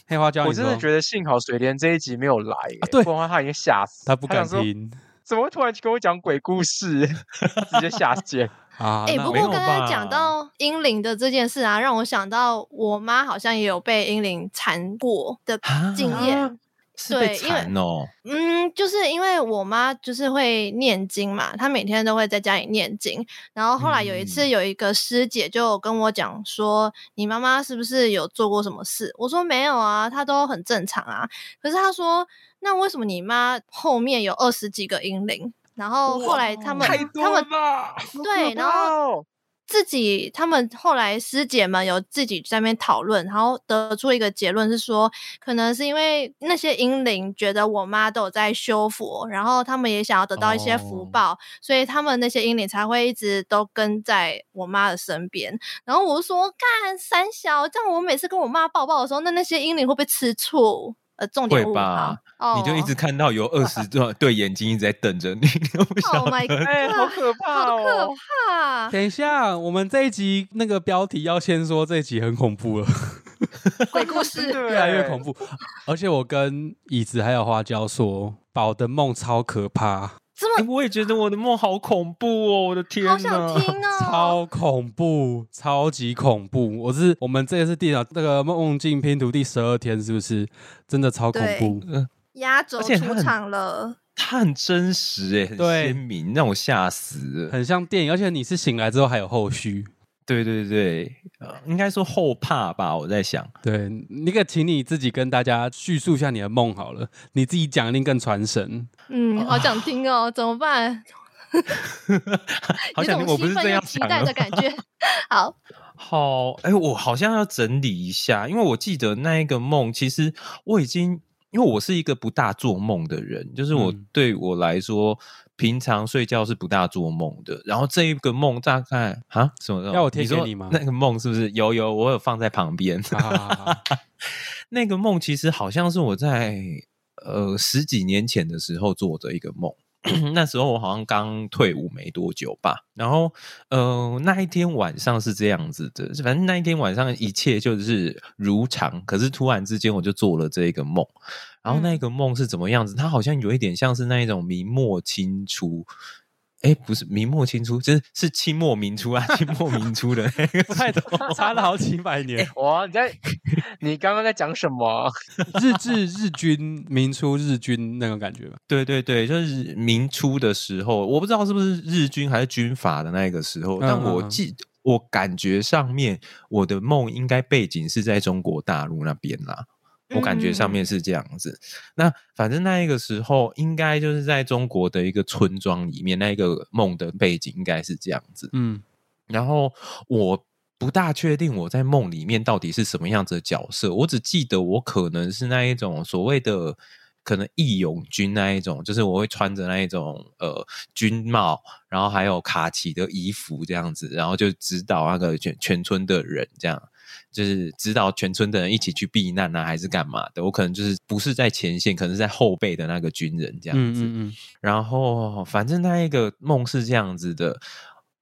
Speaker 2: 黑花椒，
Speaker 3: 我
Speaker 2: 你
Speaker 3: 真的
Speaker 2: 说
Speaker 3: 觉得幸好水莲这一集没有来、欸
Speaker 2: 啊对
Speaker 3: 不然他已经吓死。
Speaker 2: 他不敢
Speaker 3: 想说
Speaker 2: 听
Speaker 3: 怎么会突然跟我讲鬼 故事，直接下线？
Speaker 2: 啊。
Speaker 1: 哎、
Speaker 2: 那
Speaker 1: 不
Speaker 2: 没
Speaker 1: 过
Speaker 2: 有
Speaker 1: 刚刚
Speaker 4: 吧
Speaker 1: 讲到阴灵的这件事啊，让我想到我妈好像也有被阴灵缠过的
Speaker 4: 啊
Speaker 1: 经验。
Speaker 4: 是被
Speaker 1: 对因为
Speaker 4: 缠哦，
Speaker 1: 嗯，就是因为我妈就是会念经嘛，她每天都会在家里念经。然后后来有一次，
Speaker 4: 嗯
Speaker 1: 有一个师姐就跟我讲说：“你妈妈是不是有做过什么事？”我说：“没有啊，她都很正常啊。”可是她说：“那为什么你妈后面有二十几个阴灵？”然后后来他们
Speaker 3: 太
Speaker 1: 他
Speaker 3: 多了
Speaker 1: 们
Speaker 3: 吧？好
Speaker 1: 对
Speaker 3: 可
Speaker 1: 然后
Speaker 3: 怕哦
Speaker 1: 自己，他们后来师姐们有自己在那边讨论，然后得出一个结论是说，可能是因为那些英灵觉得我妈都有在修佛，然后他们也想要得到一些福
Speaker 4: 哦
Speaker 1: 报，所以他们那些英灵才会一直都跟在我妈的身边。然后我就说，干三小，这样我每次跟我妈抱抱的时候，那那些英灵会不会吃醋？呃重
Speaker 4: 会
Speaker 1: 点物
Speaker 4: 吧
Speaker 1: 吗？？哦，
Speaker 4: 你就一直看到有二 十对对眼睛一直在瞪着你， 我不晓
Speaker 1: Oh my
Speaker 4: 得
Speaker 1: god！
Speaker 3: 哎、好可怕
Speaker 1: 好可
Speaker 3: 哦！
Speaker 1: 怕！
Speaker 2: 等一下，我们这一集那个标题要先说，这一集很恐怖了，
Speaker 1: 鬼故事，
Speaker 2: 越来越恐
Speaker 3: 怖。
Speaker 2: 怖。而且我跟椅子还有花椒说，宝的梦超可怕，
Speaker 1: 这
Speaker 4: 哎
Speaker 1: 么
Speaker 4: 我也觉得我的梦好恐怖哦，我的天
Speaker 1: 好
Speaker 4: 哪！
Speaker 1: 想 听哦。
Speaker 2: 超恐怖，超级恐怖。我是我们这个是第那个梦境拼图第十二天，是不是？真的超恐怖。
Speaker 1: 压轴
Speaker 4: 而且它
Speaker 1: 出
Speaker 4: 很
Speaker 1: 场了，
Speaker 4: 它很真实哎、很
Speaker 2: 对
Speaker 4: 鲜明，让我吓死了。
Speaker 2: 很像电影，而且你是醒来之后还有后续。
Speaker 4: 对对对，呃应该说后怕吧，我在想。
Speaker 2: 对，那个，请你自己跟大家叙述一下你的梦好了，你自己讲一定更传神。
Speaker 1: 嗯，好想听哦，怎么办？有
Speaker 4: 好想听，
Speaker 1: 种
Speaker 4: 我不
Speaker 1: 兴
Speaker 4: 是
Speaker 1: 奋
Speaker 4: 这
Speaker 1: 又
Speaker 4: 样
Speaker 1: 期
Speaker 4: 想
Speaker 1: 待的
Speaker 4: 的。
Speaker 1: 感觉。好，
Speaker 4: 好，哎、我好像要整理一下，因为我记得那一个梦，其实我已经，因为我是一个不大做梦的人，就是我、
Speaker 2: 嗯
Speaker 4: 对我来说，平常睡觉是不大做梦的。然后这一个梦大概啊什么？
Speaker 2: 要我贴给
Speaker 4: 说
Speaker 2: 你吗
Speaker 4: 那个梦是不是有有？我有放在旁边。
Speaker 2: 好好好好
Speaker 4: 那个梦其实好像是我在呃十几年前的时候做的一个梦。 那时候我好像刚退伍没多久吧，然后呃那一天晚上是这样子的，反正那一天晚上一切就是如常，可是突然之间我就做了这个梦，然后
Speaker 2: 嗯
Speaker 4: 那个梦是怎么样子？它好像有一点像是那一种明末清初，哎，不是明末清初，就是是清末明初啊， 清末明初的那个
Speaker 2: 不太懂， 差了好几百年。
Speaker 3: 哇，你在你刚刚在讲什么？
Speaker 2: 日治日军民初日军那种感觉吧。
Speaker 4: 对对对，就是明初的时候，我不知道是不是日军还是军阀的那个时候，
Speaker 2: 嗯
Speaker 4: 但我
Speaker 2: 嗯嗯
Speaker 4: 记，我感觉上面我的梦应该背景是在中国大陆那边啦。我感觉
Speaker 2: 嗯
Speaker 4: 上面是这样子。那反正那一个时候，应该就是在中国的一个村庄里面，那一个梦的背景应该是这样子。
Speaker 2: 嗯，
Speaker 4: 然后我不大确定我在梦里面到底是什么样子的角色，我只记得我可能是那一种所谓的。可能义勇军那一种，就是我会穿着那一种呃军帽，然后还有卡其的衣服这样子，然后就指导那个全全村的人这样。就是指导全村的人一起去避难啊，还是干嘛的？我可能就是不是在前线，可能是在后背的那个军人这样
Speaker 2: 嗯
Speaker 4: 子。
Speaker 2: 嗯嗯，
Speaker 4: 然后反正那一个梦是这样子的，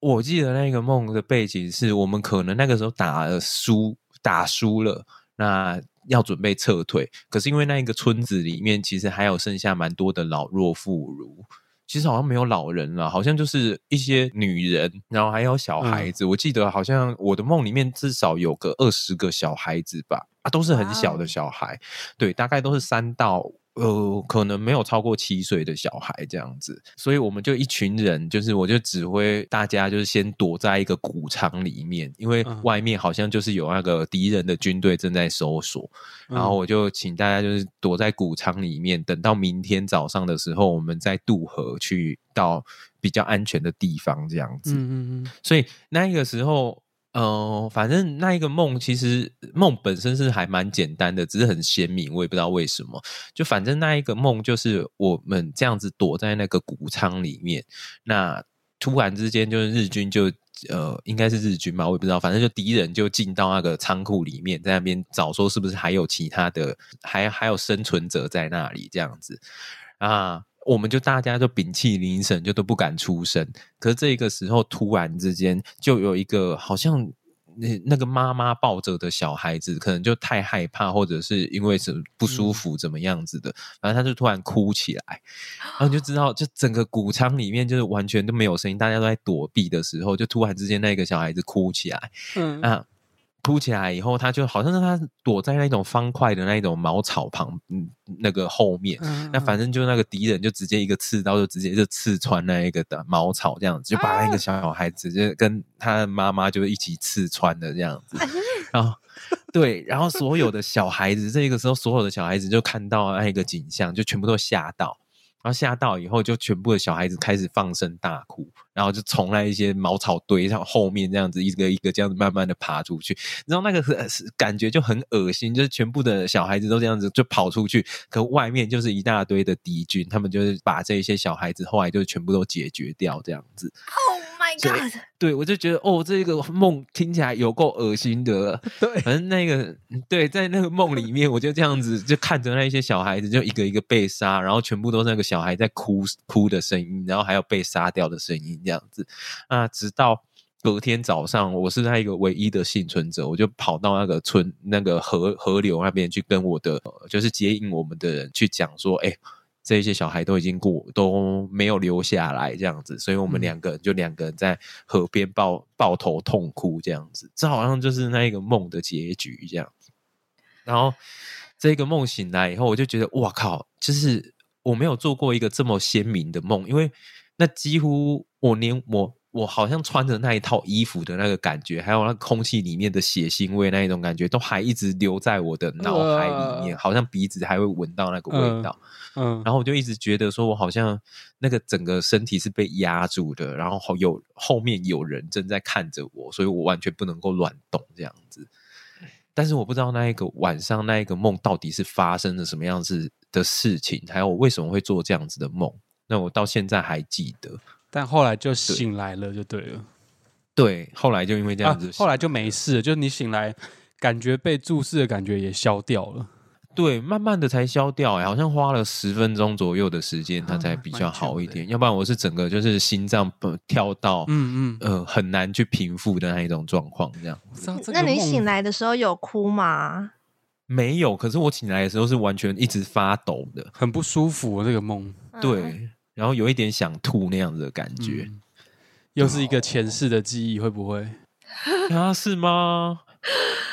Speaker 4: 我记得那个梦的背景是我们可能那个时候打了输，打输了，那要准备撤退。可是因为那一个村子里面其实还有剩下蛮多的老弱妇孺。其实好像没有老人了，好像就是一些女人，然后还有小
Speaker 1: 嗯
Speaker 4: 孩子。我记得好像我的梦里面至少有个二十个小孩子吧，啊，都是很小
Speaker 1: 哇哦
Speaker 4: 的小孩。对，大概都是三到呃，可能没有超过七岁的小孩这样子，所以我们就一群人，就是我就指挥大家，就是先躲在一个谷场里面，因为
Speaker 2: 嗯
Speaker 4: 外面好像就是有那个敌人的军队正在搜索，
Speaker 2: 嗯
Speaker 4: 然后我就请大家就是躲在谷仓里面，等到明天早上的时候，我们再渡河去到比较安全的地方这样子。
Speaker 2: 嗯嗯嗯
Speaker 4: 所以那一个时候，呃，反正那一个梦，其实梦本身是还蛮简单的，只是很鲜明，我也不知道为什么。就反正那一个梦，就是我们这样子躲在那个谷仓里面，那突然之间就是日军就。呃，应该是日军吧，我也不知道，反正就敌人就进到那个仓库里面，在那边找说是不是还有其他的，还还有生存者在那里这样子啊，我们就大家就屏气凝神，就都不敢出声。可是这个时候突然之间就有一个好像。那那个妈妈抱着的小孩子，可能就太害怕，或者是因为什么不舒服，怎么样子的，反正他就突然哭起来，然后你就知道，就整个谷仓里面就是完全都没有声音，大家都在躲避的时候，就突然之间那个小孩子哭起来，
Speaker 2: 嗯嗯
Speaker 4: 啊，哭起来以后，他就好像是他躲在那种方块的那种茅草旁，嗯，那个后面，
Speaker 2: 嗯，
Speaker 4: 那反正就那个敌人就直接一个刺刀就直接就刺穿那一个的茅草这样子，就把那个小孩子就跟他的妈妈就一起刺穿的这样子，然后对，然后所有的小孩子这个时候所有的小孩子就看到那一个景象，就全部都吓到。然后吓到以后，就全部的小孩子开始放声大哭，然后就从那一些茅草堆上后面这样子一个一个这样子慢慢的爬出去，然后那个很呃是感觉就很恶心，就是全部的小孩子都这样子就跑出去，可外面就是一大堆的敌军，他们就是把这一些小孩子后来就全部都解决掉这样子。
Speaker 1: Oh my my god！
Speaker 4: 对我就觉得哦，这个梦听起来有够恶心的。
Speaker 2: 对，
Speaker 4: 反正那个对，在那个梦里面，我就这样子就看着那一些小孩子，就一个一个被杀，然后全部都是那个小孩在哭哭的声音，然后还有被杀掉的声音这样子啊，直到。隔天早上，我是那一个唯一的幸存者，我就跑到那个村、那个河河流那边去跟我的，呃就是接应我们的人去讲说，哎、这些小孩都已经过，都没有留下来这样子，所以我们
Speaker 2: 嗯
Speaker 4: 两个人就两个人在河边抱抱头痛哭这样子，这好像就是那一个梦的结局这样。然后这个梦醒来以后，我就觉得哇靠，就是我没有做过一个这么鲜明的梦，因为那几乎我连我我好像穿着那一套衣服的那个感觉，还有那空气里面的血腥味那一种感觉，都还一直留在我的脑海里面，
Speaker 2: 呃
Speaker 4: 好像鼻子还会闻到那个
Speaker 2: 嗯
Speaker 4: 味道。
Speaker 2: 嗯，
Speaker 4: 然后我就一直觉得说，我好像那个整个身体是被压住的，然后好有后面有人正在看着我，所以我完全不能够乱动这样子。但是我不知道那一个晚上那一个梦到底是发生了什么样子的事情，还有我为什么会做这样子的梦。那我到现在还记得，
Speaker 2: 但后来就醒来了，就对了。
Speaker 4: 对，后来就因为这样
Speaker 2: 啊
Speaker 4: 子，，
Speaker 2: 后来就没事了，就是你醒来，感觉被注视的感觉也消掉了。
Speaker 4: 对，慢慢的才消掉、欸，好像花了十分钟左右的时间，它
Speaker 2: 啊
Speaker 4: 才比较好一点。要不然我是整个就是心脏呃跳到，
Speaker 2: 嗯嗯，
Speaker 4: 呃很难去平复的那一种状况，这样
Speaker 2: 我知道这
Speaker 1: 那
Speaker 2: 个
Speaker 1: 你
Speaker 2: 梦
Speaker 1: 醒来的时候有哭吗？
Speaker 4: 没有。可是我醒来的时候是完全一直发抖的，
Speaker 2: 很不舒服，这个梦
Speaker 1: 嗯，
Speaker 4: 对，然后有一点想吐那样子的感觉、
Speaker 2: 嗯又是一个前世的记忆，会不会
Speaker 4: 啊？是吗？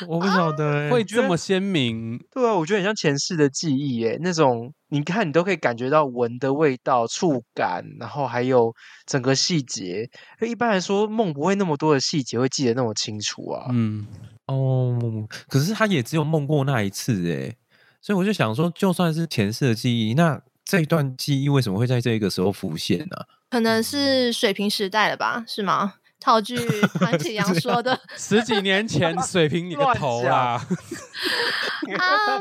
Speaker 4: 我不晓得欸、
Speaker 2: 会
Speaker 4: 觉
Speaker 2: 这么鲜明？
Speaker 3: 对啊，我觉得很像前世的记忆耶，那种你看你都可以感觉到闻的味道、触感，然后还有整个细节。因为一般来说，梦不会那么多的细节会记得那么清楚啊。
Speaker 2: 嗯，
Speaker 4: 哦，可是他也只有梦过那一次哎，所以我就想说，就算是前世的记忆，那这一段记忆为什么会在这个时候浮现呢、
Speaker 1: 可能是水平时代了吧？是吗？套句唐启阳说的，
Speaker 2: 十几年 前水平你个头啦！
Speaker 1: 啊，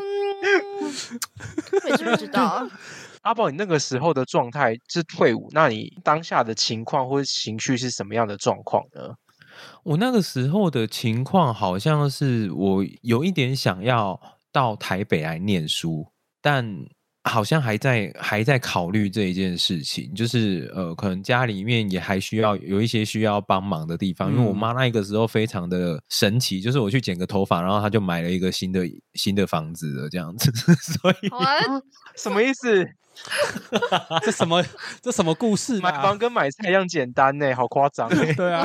Speaker 1: 嗯我也是不知道。
Speaker 3: 阿宝，你那个时候的状态是退伍，那你当下的情况或者情绪是什么样的状况呢？
Speaker 4: 我那个时候的情况好像是我有一点想要到台北来念书，但好像还在还在考虑这一件事情，就是呃，可能家里面也还需要有一些需要帮忙的地方，因为我
Speaker 2: 嗯
Speaker 4: 妈那个时候非常的神奇，就是我去剪个头发，然后她就买了一个新的新的房子了，这样子， 所以
Speaker 1: 好啊，
Speaker 3: 什么意思？
Speaker 2: 这什么这什么故事
Speaker 3: 买
Speaker 2: 啊
Speaker 3: 房？跟买菜一样简单呢，好夸张欸
Speaker 2: 对啊，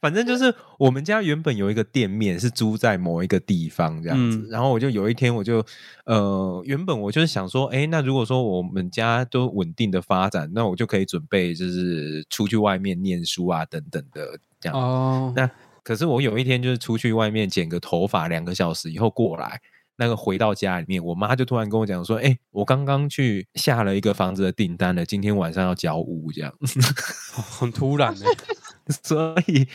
Speaker 4: 反正就是我们家原本有一个店面是租在某一个地方这样子，
Speaker 2: 嗯
Speaker 4: 然后我就有一天我就呃，原本我就是想说，哎，那如果说我们家都稳定的发展，那我就可以准备就是出去外面念书啊等等的这样。
Speaker 2: 哦，
Speaker 4: 那可是我有一天就是出去外面剪个头发，两个小时以后过来。那个回到家里面，我妈就突然跟我讲说：“哎、我刚刚去下了一个房子的订单了，今天晚上要交屋这样。”
Speaker 2: 哦很突然欸呢。
Speaker 4: 所以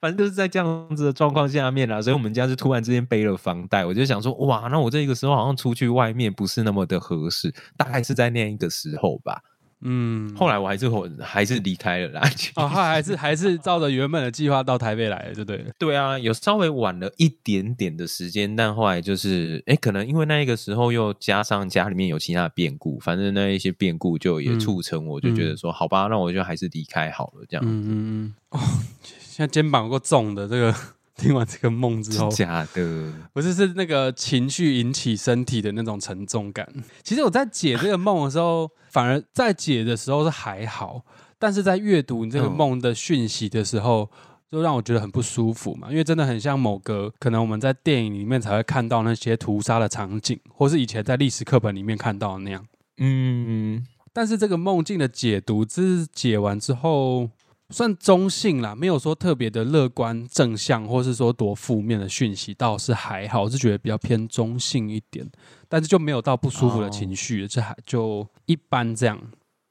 Speaker 4: 反正就是在这样子的状况下面啦，所以我们家是突然之间背了房贷，我就想说，哇，那我这个时候好像出去外面不是那么的合适，大概是在那一个时候吧。
Speaker 2: 嗯，
Speaker 4: 后
Speaker 2: 来
Speaker 4: 来我还是我还是离开了啦。
Speaker 2: 哦，他还是还是照着原本的计划到台北来了，就对了。
Speaker 4: 对啊，有稍微晚了一点点的时间，但后来就是，哎，可能因为那一个时候又加上家里面有其他的变故，反正那一些变故就也
Speaker 2: 嗯
Speaker 4: 促成我就觉得
Speaker 2: 嗯
Speaker 4: 说，好吧，那我就还是离开好了，这样。
Speaker 2: 嗯嗯嗯，哦，现在肩膀有够重的，这个听完这个梦之
Speaker 4: 真
Speaker 2: 后，
Speaker 4: 假的，
Speaker 2: 不是是那个情绪引起身体的那种沉重感。其实我在解这个梦的时候，反而在解的时候是还好，但是在阅读你这个
Speaker 4: 嗯
Speaker 2: 梦的讯息的时候。就让我觉得很不舒服嘛，因为真的很像某个可能我们在电影里面才会看到那些屠杀的场景，或是以前在历史课本里面看到的那样。
Speaker 4: 嗯，
Speaker 2: 但是这个梦境的解读，这是解完之后算中性啦，没有说特别的乐观正向，或是说多负面的讯息，倒是还好，我是觉得比较偏中性一点，但是就没有到不舒服的情绪，这还就一般这样。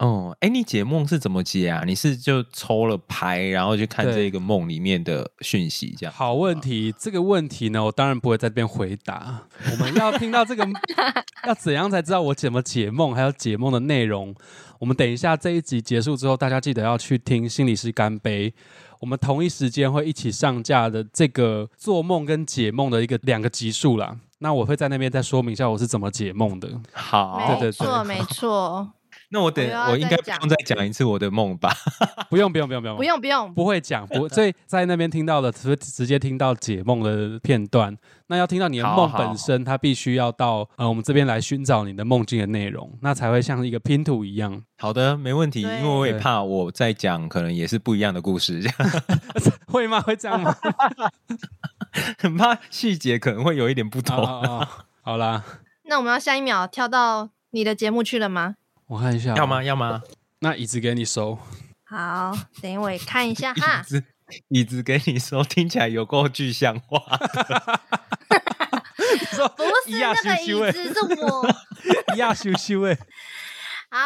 Speaker 4: 哦，哎，你解梦是怎么解啊？你是就抽了牌，然后去看
Speaker 2: 对
Speaker 4: 这个梦里面的讯息，这样？
Speaker 2: 好问题，这个问题呢，我当然不会在这边回答。我们要听到这个， 要怎样才知道我怎么解梦，还有解梦的内容？我们等一下这一集结束之后，大家记得要去听心理师干杯。我们同一时间会一起上架的这个做梦跟解梦的一个两个集数啦。那我会在那边再说明一下我是怎么解梦的。
Speaker 4: 好，
Speaker 2: 对对
Speaker 1: 没错，没错，
Speaker 4: 那我等
Speaker 1: 我又要
Speaker 4: 我应
Speaker 1: 再
Speaker 4: 该不
Speaker 1: 讲
Speaker 4: 用再讲一次我的梦吧？
Speaker 2: 不用不用不用不用，
Speaker 1: 不用不用，
Speaker 2: 不会讲，不所以在那边听到的，直直接听到解梦的片段。那要听到你的
Speaker 4: 好
Speaker 2: 梦
Speaker 4: 好
Speaker 2: 本身，它必须要到呃我们这边来寻找你的梦境的内容，那才会像一个拼图一样。
Speaker 4: 好的，没问题，因
Speaker 1: 对
Speaker 4: 为我也
Speaker 2: 对
Speaker 4: 怕我再讲可能也是不一样的故事，这样
Speaker 2: 会吗？会这样吗？
Speaker 4: 很怕细节可能会有一点不
Speaker 2: 哦
Speaker 4: 同。
Speaker 2: 哦哦 好啦，
Speaker 1: 那我们要下一秒跳到你的节目去了吗？
Speaker 2: 我看一下，
Speaker 4: 要吗？？要吗？
Speaker 2: 那椅子给你收。
Speaker 1: 好，等一会看一下哈
Speaker 4: 椅。子椅子给你收，听起来有够具象化。
Speaker 1: 不是
Speaker 2: 一样
Speaker 1: 那个
Speaker 2: 羞羞
Speaker 1: 椅
Speaker 2: 欸
Speaker 1: 子，是我。
Speaker 2: 呀，羞羞哎，
Speaker 1: 好，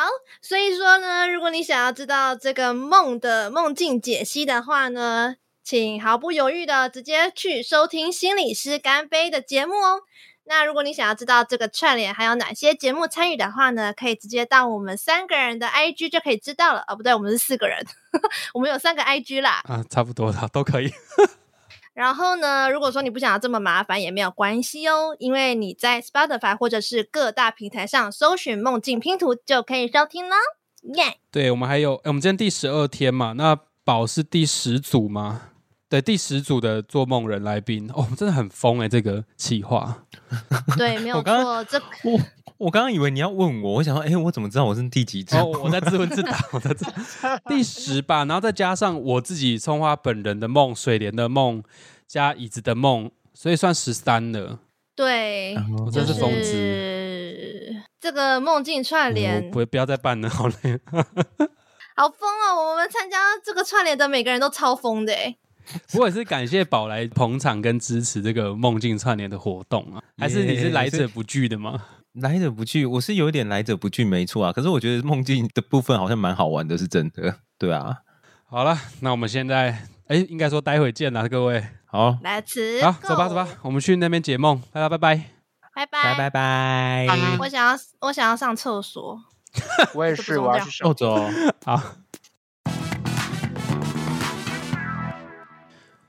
Speaker 1: 所以说呢，如果你想要知道这个梦的梦境解析的话呢，请毫不犹豫的直接去收听心理师干杯的节目哦。那如果你想要知道这个串联还有哪些节目参与的话呢，可以直接到我们三个人的 IG 就可以知道了。哦，不对，我们是四个人， 我们有三个 IG 啦。
Speaker 2: 啊，差不多了，都可以。
Speaker 1: 然后呢，如果说你不想要这么麻烦也没有关系哦，因为你在 Spotify 或者是各大平台上搜寻“梦境拼图”就可以收听了。耶、
Speaker 2: 对，我们还有，诶我们今天第十二天嘛，那宝是第十组吗？对，第十组的做梦人来宾，哦，真的很疯哎、这个企划。
Speaker 1: 对，没有
Speaker 4: 我刚刚
Speaker 1: 错，这
Speaker 4: 我我刚刚以为你要问我，我想说，哎、我怎么知道我是第几只？
Speaker 2: 哦，我在自问自答，我在自第十吧，然后再加上我自己葱花本人的梦、水莲的梦加椅子的梦，所以算十三了。
Speaker 1: 对，
Speaker 2: 我
Speaker 1: 就
Speaker 2: 真是疯子
Speaker 1: 这个梦境串
Speaker 2: 我
Speaker 1: 联
Speaker 2: 不，会不要再办了，好累。
Speaker 1: 好疯哦！我们参加这个串联的每个人都超疯的欸诶，
Speaker 2: 我也是感谢宝来捧场跟支持这个梦境串联的活动啊，还是你是来者不拒的吗？
Speaker 4: 来者不拒，我是有一点来者不拒，没错啊。可是我觉得梦境的部分好像蛮好玩的，是真的，对啊。
Speaker 2: 好了，那我们现在。哎，应该说待会见啦，各位。
Speaker 4: 好，
Speaker 1: 来词
Speaker 2: 好，走吧，走吧，，我们去那边解梦，大家拜拜。
Speaker 1: 拜
Speaker 4: 拜
Speaker 1: 拜
Speaker 4: 拜拜，
Speaker 1: 我想要，我想要上厕所。
Speaker 3: 我也
Speaker 1: 这不
Speaker 3: 是，
Speaker 1: 重
Speaker 3: 我要
Speaker 1: 要
Speaker 3: 去
Speaker 2: 哦
Speaker 3: 手
Speaker 4: 豆走。
Speaker 2: 好。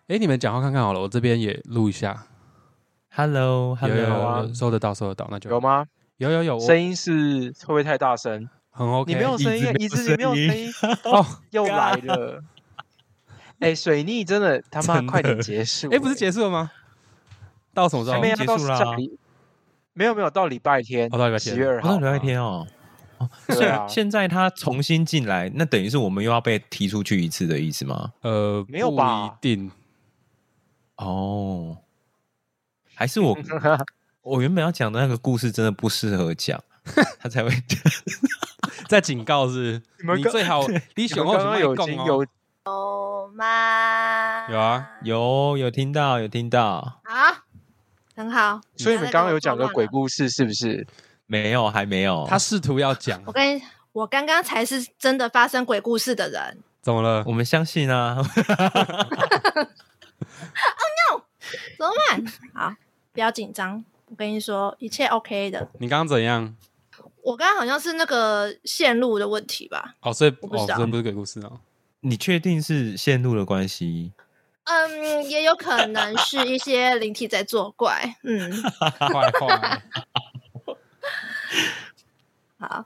Speaker 2: 哎，你们讲话看看好了，我这边也录一下。有
Speaker 4: Hello，Hello，
Speaker 2: 有
Speaker 3: 啊
Speaker 2: 有有收得到，收得到，那就
Speaker 3: 有吗？
Speaker 2: 有有有，我
Speaker 3: 声音是会不会太大声？
Speaker 2: 很 OK。
Speaker 3: 你没有
Speaker 4: 椅
Speaker 3: 声音
Speaker 4: 子
Speaker 3: 啊，
Speaker 4: 没
Speaker 3: 椅
Speaker 4: 有
Speaker 3: 子里没有
Speaker 4: 声音
Speaker 3: 声音，
Speaker 2: 哦？
Speaker 3: 又来了。哎、水逆真的他妈
Speaker 4: 真的
Speaker 3: 快点结 束、
Speaker 2: 哎，不是结束了吗？到什么时候
Speaker 3: 没？有
Speaker 4: 结
Speaker 3: 到
Speaker 4: 束啦
Speaker 3: 上礼，没有没有到礼拜天，
Speaker 2: 哦到礼拜天
Speaker 3: 十月二
Speaker 4: 我到
Speaker 3: 号
Speaker 4: 礼，拜天 哦。
Speaker 3: 对
Speaker 4: 所以
Speaker 3: 啊
Speaker 4: 现在他重新进来，那等于是我们又要被踢出去一次的意思吗？
Speaker 2: 呃，
Speaker 3: 没有
Speaker 2: 不
Speaker 3: 吧
Speaker 2: 一定。
Speaker 4: 哦，还是 我我原本要讲的那个故事真的不适合讲，他才会
Speaker 2: 在警告是，
Speaker 3: 你们
Speaker 2: 你
Speaker 3: 刚
Speaker 2: 最 好你
Speaker 3: 你
Speaker 2: 选
Speaker 3: 们
Speaker 2: 后
Speaker 3: 刚刚有
Speaker 2: 啊
Speaker 3: 经有
Speaker 1: 哦妈，
Speaker 2: 有啊，
Speaker 4: 有有听到有听到
Speaker 1: 啊，很好。
Speaker 3: 所以
Speaker 1: 不
Speaker 3: 你
Speaker 1: 要
Speaker 3: 们
Speaker 1: 再
Speaker 3: 刚刚
Speaker 1: 跟
Speaker 3: 有
Speaker 1: 我
Speaker 3: 讲
Speaker 1: 作
Speaker 3: 个
Speaker 1: 乱
Speaker 3: 鬼
Speaker 2: 啊
Speaker 1: 了，
Speaker 3: 故事是不是？
Speaker 4: 没有还没有？
Speaker 2: 他试图要讲
Speaker 1: 我，跟我刚刚才是真的发生鬼故事的人。
Speaker 2: 怎么了
Speaker 4: 我？们相信啊，
Speaker 1: 怎么办？好，不要紧张，我跟你说，一切 OK 的。
Speaker 2: 你刚刚怎样？
Speaker 1: 我刚刚好像是那个线路的问题吧？
Speaker 2: 哦，所以
Speaker 1: 我不知
Speaker 2: 哦，
Speaker 1: 道
Speaker 2: 这不是鬼故事哦。
Speaker 4: 你确定是线路的关系？
Speaker 1: 嗯，也有可能是一些灵体在作
Speaker 2: 啊
Speaker 1: 怪。嗯，
Speaker 2: 坏坏，
Speaker 1: 好，